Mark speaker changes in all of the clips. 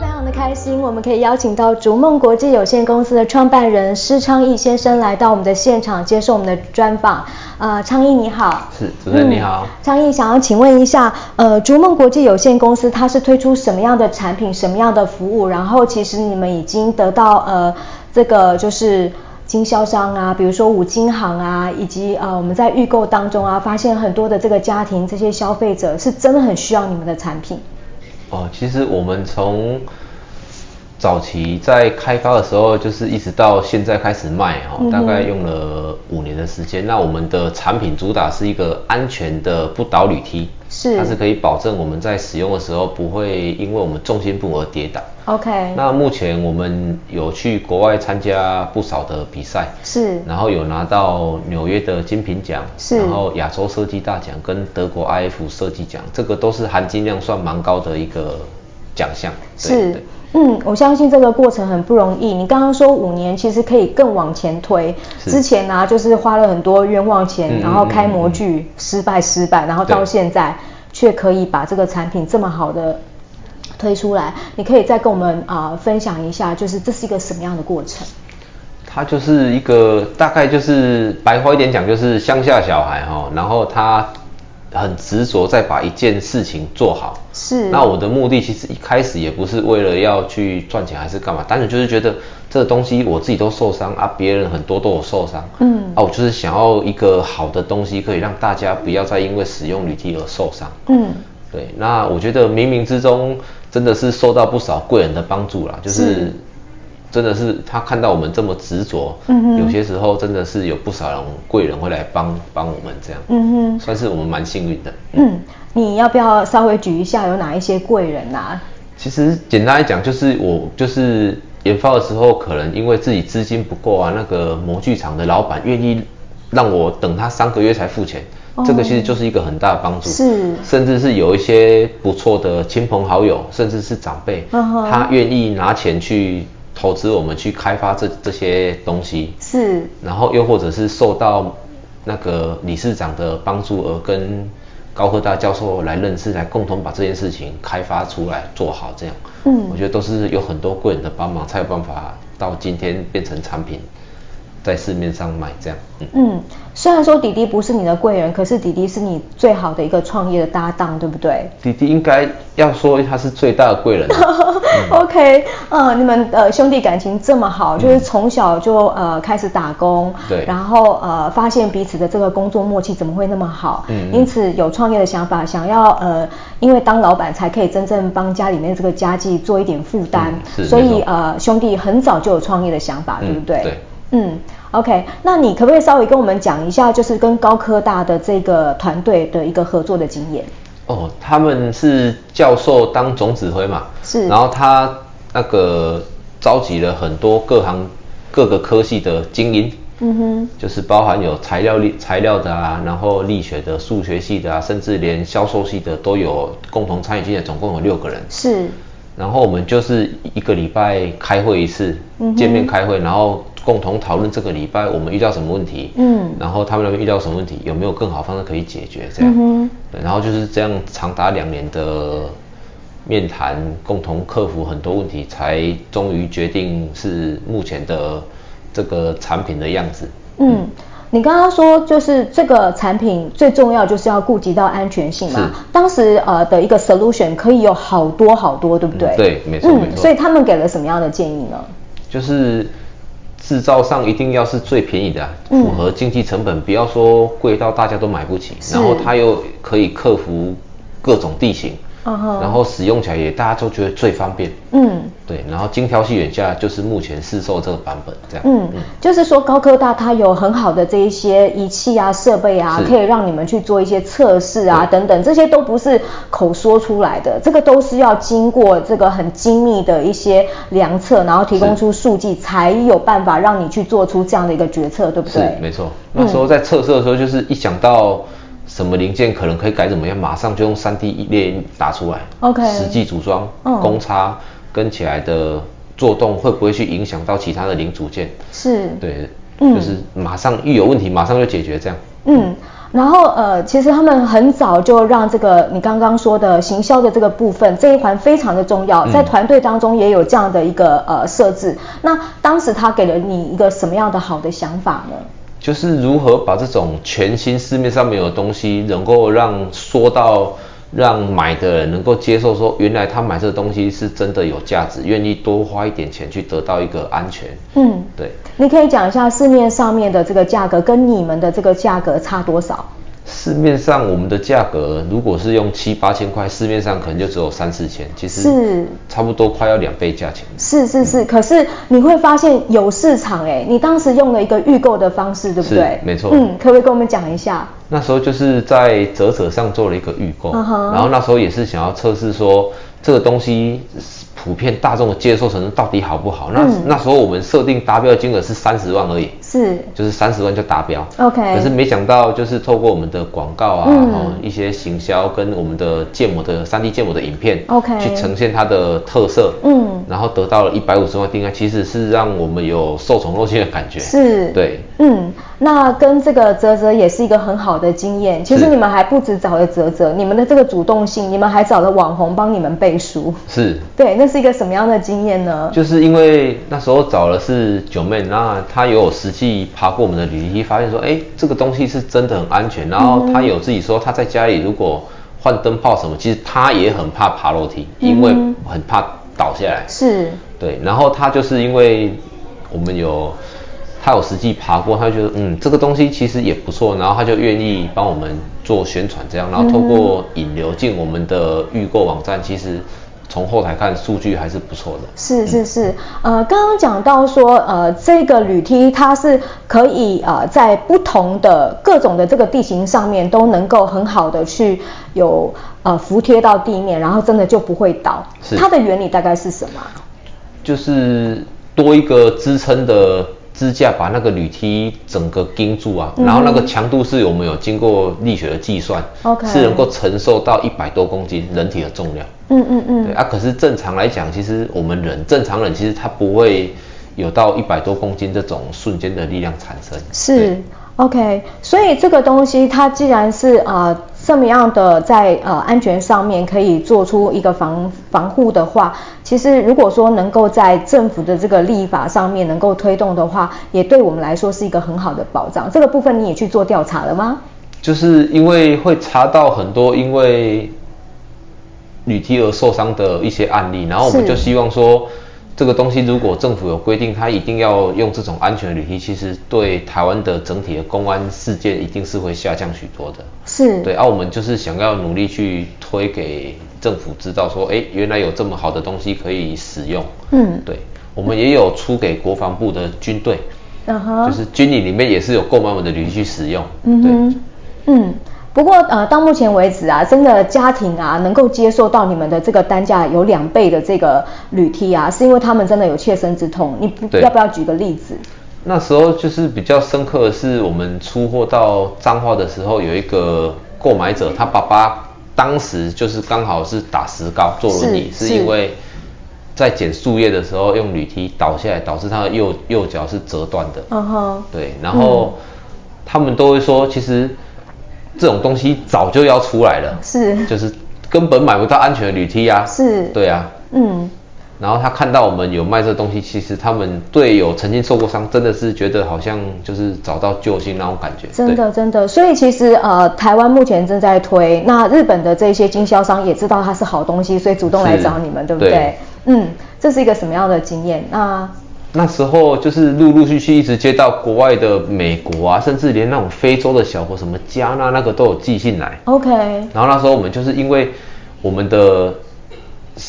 Speaker 1: 非常的开心，我们可以邀请到逐梦国际有限公司的创办人施昌义先生来到我们的现场接受我们的专访。呃，昌义你好，嗯
Speaker 2: 是主持人你好。
Speaker 1: 昌义想要请问一下，呃，逐梦国际有限公司它是推出什么样的产品、什么样的服务？然后其实你们已经得到呃这个就是。经销商啊，比如说五金行啊，以及呃我们在预购当中啊，发现很多的这个家庭这些消费者是真的很需要你们的产品。
Speaker 2: 哦，其实我们从早期在开发的时候，就是一直到现在开始卖哈、大概用了五年的时间。那我们的产品主打是一个安全的不倒铝梯，
Speaker 1: 是
Speaker 2: 它是可以保证我们在使用的时候不会因为我们重心不而跌倒。
Speaker 1: OK，
Speaker 2: 那目前我们有去国外参加不少的比赛，
Speaker 1: 是
Speaker 2: 然后有拿到纽约的金品奖，
Speaker 1: 是
Speaker 2: 然后亚洲设计大奖跟德国 IF 设计奖，这个都是含金量算蛮高的一个奖项。对
Speaker 1: 是
Speaker 2: 对，
Speaker 1: 嗯，我相信这个过程很不容易。你刚刚说五年，其实可以更往前推。
Speaker 2: 是
Speaker 1: 之前呢、啊，就是花了很多冤枉钱，
Speaker 2: 嗯
Speaker 1: 然后开模具、失败失败，然后到
Speaker 2: 对
Speaker 1: 现在却可以把这个产品这么好的推出来。你可以再跟我们啊、分享一下，就是这是一个什么样的过程？
Speaker 2: 他就是一个大概就是白话一点讲，就是乡下小孩哈、然后他很执着在把一件事情做好。
Speaker 1: 是，
Speaker 2: 那我的目的其实一开始也不是为了要去赚钱还是干嘛，单纯就是觉得这东西我自己都受伤啊，别人很多都有受伤，
Speaker 1: 嗯
Speaker 2: 啊，我就是想要一个好的东西，可以让大家不要再因为使用铝梯而受伤。
Speaker 1: 嗯，
Speaker 2: 对，那我觉得冥冥之中真的是受到不少贵人的帮助啦，就是
Speaker 1: 是
Speaker 2: 真的是他看到我们这么执着，
Speaker 1: 嗯哼
Speaker 2: 有些时候真的是有不少人贵人会来帮帮我们这样，
Speaker 1: 嗯哼
Speaker 2: 算是我们蛮幸运的。
Speaker 1: 嗯，你要不要稍微举一下有哪一些贵人啊？
Speaker 2: 其实简单来讲，就是我就是研发的时候，可能因为自己资金不够啊，那个模具厂的老板愿意让我等他三个月才付钱，
Speaker 1: 哦
Speaker 2: 这个其实就是一个很大的帮助。
Speaker 1: 是
Speaker 2: 甚至是有一些不错的亲朋好友，甚至是长辈，
Speaker 1: 嗯哼
Speaker 2: 他愿意拿钱去投资我们去开发这这些东西，
Speaker 1: 是，
Speaker 2: 然后又或者是受到那个理事长的帮助而跟高科大教授来认识，来共同把这件事情开发出来做好，这样，
Speaker 1: 嗯
Speaker 2: 我觉得都是有很多贵人的帮忙，才有办法到今天变成产品在市面上卖这样，嗯，
Speaker 1: 嗯，虽然说迪迪不是你的贵人，可是迪迪是你最好的一个创业的搭档，对不对、
Speaker 2: 弟弟应该要说他是最大的贵人了，
Speaker 1: o k 呃，你们呃兄弟感情这么好，就是从小就呃开始打工，
Speaker 2: 嗯对
Speaker 1: 然后呃发现彼此的这个工作默契怎么会那么好？
Speaker 2: 嗯嗯
Speaker 1: 因此有创业的想法，想要呃，因为当老板才可以真正帮家里面这个家计做一点负担，
Speaker 2: 嗯是
Speaker 1: 所以
Speaker 2: 没错
Speaker 1: 呃兄弟很早就有创业的想法，对
Speaker 2: 嗯
Speaker 1: 不对？
Speaker 2: 对
Speaker 1: 嗯，OK，那你可不可以稍微跟我们讲一下，就是跟高科大的这个团队的一个合作的经验？
Speaker 2: 哦，他们是教授当总指挥嘛，
Speaker 1: 是
Speaker 2: 然后他那个召集了很多各行各个科系的精英，
Speaker 1: 嗯哼，
Speaker 2: 就是包含有材料力材料的啊，然后力学的、数学系的啊，甚至连销售系的都有共同参与进来，总共有六个人。
Speaker 1: 是，
Speaker 2: 然后我们就是一个礼拜开会一次，
Speaker 1: 嗯哼
Speaker 2: 见面开会，然后共同讨论这个礼拜我们遇到什么问题，
Speaker 1: 嗯
Speaker 2: 然后他们那边遇到什么问题，有没有更好的方式可以解决这样。
Speaker 1: 嗯哼
Speaker 2: 对然后就是这样长达两年的面谈，共同克服很多问题，才终于决定是目前的这个产品的样子。
Speaker 1: 嗯，你刚刚说就是这个产品最重要就是要顾及到安全性嘛
Speaker 2: 是。
Speaker 1: 当时呃的一个 solution 可以有好多好多，对不对？
Speaker 2: 嗯对没错没错
Speaker 1: 所以他们给了什么样的建议呢？
Speaker 2: 就是制造上一定要是最便宜的啊、
Speaker 1: 嗯
Speaker 2: 符合经济成本，不要说贵到大家都买不起，
Speaker 1: 是
Speaker 2: 然后它又可以克服各种地形，
Speaker 1: 嗯哼
Speaker 2: 然后使用起来也大家都觉得最方便。
Speaker 1: 嗯。
Speaker 2: 对，然后精挑细选下来就是目前市售这个版本这样。
Speaker 1: 嗯，就是说高科大它有很好的这一些仪器啊、设备啊，
Speaker 2: 是
Speaker 1: 可以让你们去做一些测试啊
Speaker 2: 对
Speaker 1: 等等，这些都不是口说出来的，这个都是要经过这个很精密的一些量测，然后提供
Speaker 2: 是
Speaker 1: 出数据，才有办法让你去做出这样的一个决策，对不嗯
Speaker 2: 是
Speaker 1: 对？
Speaker 2: 没错。那时候在测试的时候，就是一想到什么零件可能可以改怎么样，马上就用 3D 列印打出来。
Speaker 1: OK
Speaker 2: 实际组装、
Speaker 1: 嗯
Speaker 2: 公差跟起来的做动会不会去影响到其他的零组件？
Speaker 1: 是，
Speaker 2: 对，
Speaker 1: 嗯
Speaker 2: 就是马上一有问题马上就解决这样。
Speaker 1: 嗯，然后呃，其实他们很早就让这个你刚刚说的行销的这个部分这一环非常的重要，
Speaker 2: 嗯
Speaker 1: 在团队当中也有这样的一个呃设置。那当时他给了你一个什么样的好的想法呢？
Speaker 2: 就是如何把这种全新市面上没有的东西，能够让说到让买的人能够接受，说原来他买这个东西是真的有价值，愿意多花一点钱去得到一个安全。
Speaker 1: 嗯，
Speaker 2: 对，
Speaker 1: 你可以讲一下市面上面的这个价格跟你们的这个价格差多少？
Speaker 2: 市面上我们的价格如果是用七八千块，市面上可能就只有三四千，其实
Speaker 1: 是
Speaker 2: 差不多快要两倍价钱。
Speaker 1: 是是
Speaker 2: 嗯
Speaker 1: 是，可是你会发现有市场哎、你当时用了一个预购的方式，对不
Speaker 2: 是
Speaker 1: 对？
Speaker 2: 没错
Speaker 1: 嗯，可不可以跟我们讲一下？
Speaker 2: 那时候就是在泽泽上做了一个预购
Speaker 1: 嗯哼
Speaker 2: 然后那时候也是想要测试说这个东西普遍大众的接受程度到底好不好。那、
Speaker 1: 嗯
Speaker 2: 那时候我们设定达标金额是三十万而已，
Speaker 1: 是
Speaker 2: 就是三十万就达标。
Speaker 1: OK
Speaker 2: 可是没想到就是透过我们的广告啊，
Speaker 1: 嗯
Speaker 2: 然后一些行销跟我们的建模的3 D 建模的影片
Speaker 1: OK
Speaker 2: 去呈现它的特色，
Speaker 1: 嗯
Speaker 2: 然后得到了一百五十万订单，其实是让我们有受宠若惊的感觉。
Speaker 1: 是，
Speaker 2: 对，
Speaker 1: 嗯，那跟这个泽泽也是一个很好的经验。其实
Speaker 2: 是
Speaker 1: 你们还不止找了泽泽，你们的这个主动性，你们还找了网红帮你们背书。
Speaker 2: 是。
Speaker 1: 对，那是一个什么样的经验呢？
Speaker 2: 就是因为那时候找的是九妹，那她也有实际爬过我们的履历，发现说，哎、这个东西是真的很安全。然后她有自己说，她在家里如果换灯泡什么，其实她也很怕爬楼梯，因为很怕倒下来。
Speaker 1: 是
Speaker 2: 对，然后她就是因为我们有。她有实际爬过，她就觉得嗯，这个东西其实也不错，然后她就愿意帮我们做宣传，这样，然后透过引流进我们的预购网站，其实从后台看数据还是不错的。
Speaker 1: 是是是，呃，刚刚讲到说，呃，这个铝梯它是可以呃在不同的各种的这个地形上面都能够很好的去有呃服贴到地面，然后真的就不会倒。
Speaker 2: 是
Speaker 1: 它的原理大概是什么啊？
Speaker 2: 就是多一个支撑的支架，把那个铝梯整个钉住啊。
Speaker 1: 嗯
Speaker 2: 然后那个强度是我们有经过力学的计算
Speaker 1: OK
Speaker 2: 是能够承受到一百多公斤人体的重量。
Speaker 1: 嗯嗯嗯
Speaker 2: 对，啊，可是正常来讲，其实我们人正常人其实他不会有到一百多公斤这种瞬间的力量产生。对
Speaker 1: 是 OK。所以这个东西它既然是呃这么样的在呃安全上面可以做出一个防防护的话，其实如果说能够在政府的这个立法上面能够推动的话，也对我们来说是一个很好的保障。这个部分你也去做调查了吗？
Speaker 2: 就是因为会查到很多因为铝梯而受伤的一些案例，然后我们
Speaker 1: 是
Speaker 2: 就希望说，这个东西如果政府有规定，它一定要用这种安全的铝梯，其实对台湾的整体的公安事件一定是会下降许多的。
Speaker 1: 是，
Speaker 2: 对，啊，我们就是想要努力去推给政府知道说，哎，原来有这么好的东西可以使用。
Speaker 1: 嗯，
Speaker 2: 对，我们也有出给国防部的军队，
Speaker 1: 嗯哼，
Speaker 2: 就是军营里面也是有购买我们的铝梯去使用。
Speaker 1: 嗯
Speaker 2: 对。
Speaker 1: 哼，嗯。不过，呃，到目前为止啊，真的家庭啊，能够接受到你们的这个单价有两倍的这个铝梯啊，是因为他们真的有切身之痛。你不
Speaker 2: 对
Speaker 1: 要不要举个例子？
Speaker 2: 那时候就是比较深刻的是，我们出货到彰化的时候，有一个购买者，他爸爸当时就是刚好是打石膏坐轮椅，
Speaker 1: 是是
Speaker 2: 是因为在捡树叶的时候用铝梯倒下来，导致他的右右脚是折断的。
Speaker 1: 嗯哼，
Speaker 2: 对，然后
Speaker 1: 嗯
Speaker 2: 他们都会说，其实这种东西早就要出来了，
Speaker 1: 是
Speaker 2: 就是根本买不到安全的铝梯啊。
Speaker 1: 是，
Speaker 2: 对啊，
Speaker 1: 嗯，
Speaker 2: 然后他看到我们有卖这东西，其实他们对有曾经受过伤，真的是觉得好像就是找到救星那种感觉。
Speaker 1: 真
Speaker 2: 对
Speaker 1: 的真的。所以其实呃，台湾目前正在推，那日本的这些经销商也知道它是好东西，所以主动来
Speaker 2: 是
Speaker 1: 找你们，对不
Speaker 2: 对
Speaker 1: 对？嗯，这是一个什么样的经验？那
Speaker 2: 那时候就是陆陆续续一直接到国外的美国啊，甚至连那种非洲的小国，什么加纳那个都有寄信来。
Speaker 1: OK，
Speaker 2: 然后那时候我们就是因为我们的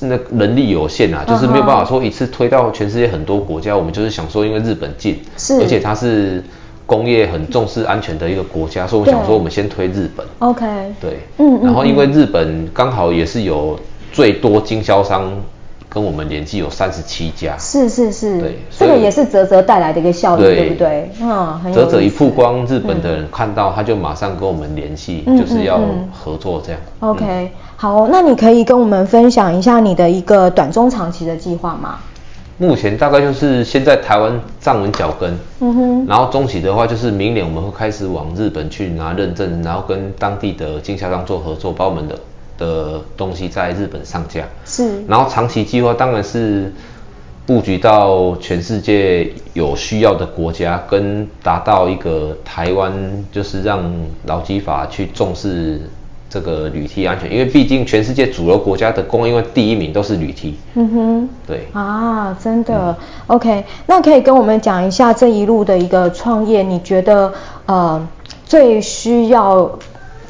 Speaker 2: 那个能力有限
Speaker 1: 嗯
Speaker 2: 啊，就是没有办法说一次推到全世界很多国家。我们就是想说，因为日本近，
Speaker 1: 是
Speaker 2: 而且它是工业很重视安全的一个国家，所以我们想说我们先推日本。
Speaker 1: OK，
Speaker 2: 对，
Speaker 1: 嗯嗯
Speaker 2: 然后因为日本刚好也是有最多经销商跟我们联系有三十七家，
Speaker 1: 是是是，
Speaker 2: 对
Speaker 1: 这个
Speaker 2: 所以
Speaker 1: 也是泽泽带来的一个效益，
Speaker 2: 对
Speaker 1: 哦对不对？嗯，很有
Speaker 2: 泽泽一
Speaker 1: 意思
Speaker 2: 曝光，日本的人看到他就马上跟我们联系，
Speaker 1: 嗯
Speaker 2: 就是要
Speaker 1: 嗯嗯
Speaker 2: 合作这样。
Speaker 1: OK，、好，
Speaker 2: 嗯
Speaker 1: 那你可以跟我们分享一下你的一个短中长期的计划吗？
Speaker 2: 目前大概就是先在台湾站稳脚跟，
Speaker 1: 嗯哼，
Speaker 2: 然后中期的话就是明年我们会开始往日本去拿认证，然后跟当地的经销商做合作，把我们的的东西在日本上架。
Speaker 1: 是，
Speaker 2: 然后长期计划当然是布局到全世界有需要的国家，跟达到一个台湾就是让劳基法去重视这个铝梯安全，因为毕竟全世界主流国家的供应链第一名都是铝梯。
Speaker 1: 嗯哼。
Speaker 2: 对，
Speaker 1: 啊，真的、o
Speaker 2: 嗯
Speaker 1: k 那可以跟我们讲一下这一路的一个创业，你觉得呃最需要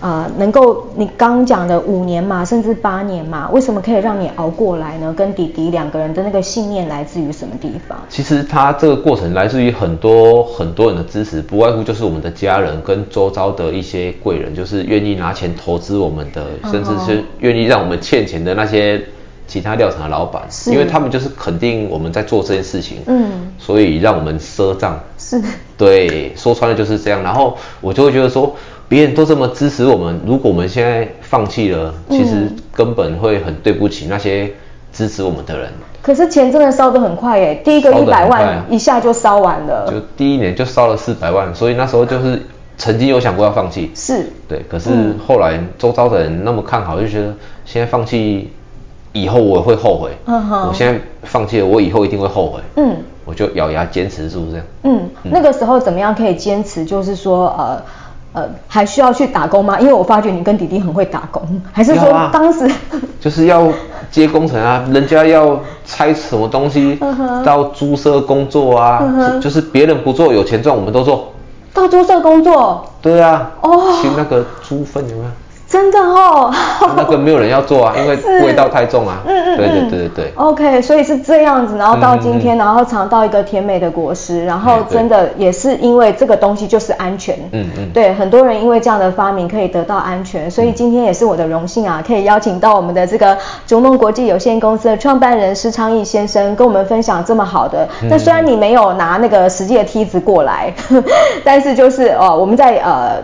Speaker 1: 呃能够你刚讲的五年嘛，甚至八年嘛，为什么可以让你熬过来呢？跟弟弟两个人的那个信念来自于什么地方？
Speaker 2: 其实它这个过程来自于很多很多人的支持，不外乎就是我们的家人跟周遭的一些贵人，就是愿意拿钱投资我们的，
Speaker 1: 哦
Speaker 2: 甚至是愿意让我们欠钱的那些其他料厂的老板，
Speaker 1: 是
Speaker 2: 因为他们就是肯定我们在做这件事情，
Speaker 1: 嗯，
Speaker 2: 所以让我们赊账。
Speaker 1: 是，
Speaker 2: 对，说穿了就是这样。然后我就会觉得说，别人都这么支持我们，如果我们现在放弃了，其实
Speaker 1: 嗯
Speaker 2: 根本会很对不起那些支持我们的人。
Speaker 1: 可是钱真的烧得很快耶，第一个
Speaker 2: 烧
Speaker 1: 一
Speaker 2: 得
Speaker 1: 百
Speaker 2: 很快
Speaker 1: 万
Speaker 2: 啊
Speaker 1: 一下就烧完了，
Speaker 2: 就第一年就烧了四百万，所以那时候就是曾经有想过要放弃，
Speaker 1: 是，
Speaker 2: 对，可是
Speaker 1: 嗯
Speaker 2: 后来周遭的人那么看好，就觉得现在放弃，以后我会后悔，
Speaker 1: 嗯哼
Speaker 2: 我现在放弃了，我以后一定会后悔，
Speaker 1: 嗯。
Speaker 2: 我就咬牙坚持住这样。
Speaker 1: 嗯，那个时候怎么样可以坚持？就是说，呃，呃，还需要去打工吗？因为我发觉你跟弟弟很会打工，还嗯是
Speaker 2: 有
Speaker 1: 说
Speaker 2: 啊
Speaker 1: 当时、
Speaker 2: 就是要接工程啊，人家要拆什么东西，
Speaker 1: 嗯
Speaker 2: 到租舍工作啊，就是别人不做，有钱赚我们都做。
Speaker 1: 到猪舍工作？
Speaker 2: 对啊，
Speaker 1: 哦
Speaker 2: 去那个猪粪有没有？
Speaker 1: 真的哦。
Speaker 2: 那个没有人要做啊，因为味道太重啊。
Speaker 1: 嗯嗯
Speaker 2: 对对
Speaker 1: 嗯
Speaker 2: 对对对。
Speaker 1: OK，所以是这样子，然后到今天，然后尝到一个甜美的果实，然后
Speaker 2: 嗯对
Speaker 1: 真的也是因为这个东西就是安全，
Speaker 2: 嗯嗯
Speaker 1: 对，很多人因为这样的发明可以得到安全，所以今天也是我的荣幸啊，可以邀请到我们的这个逐梦国际有限公司的创办人施昌义先生跟我们分享这么好的。
Speaker 2: 嗯
Speaker 1: 那虽然你没有拿那个实际的梯子过来，但是就是哦，我们在呃。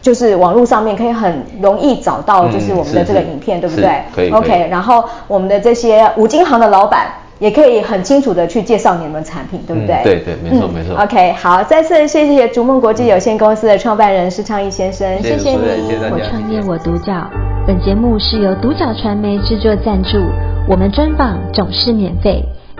Speaker 1: 就是网络上面可以很容易找到，就是
Speaker 2: 嗯
Speaker 1: 我们的
Speaker 2: 是
Speaker 1: 这个
Speaker 2: 是
Speaker 1: 影片，对不
Speaker 2: 是
Speaker 1: 对？
Speaker 2: 可以可以
Speaker 1: OK，然后我们的这些五金行的老板也可以很清楚的去介绍你们的产品，对不对？
Speaker 2: 嗯对对没错没错
Speaker 1: OK，好，再次谢谢逐梦国际有限公司的创办人施昌义先生，
Speaker 2: 谢谢
Speaker 1: 谢
Speaker 2: 主持人
Speaker 1: 你
Speaker 2: 谢谢大家
Speaker 3: 我创业我独角。本节目是由独角传媒制作赞助，我们专访总是免费。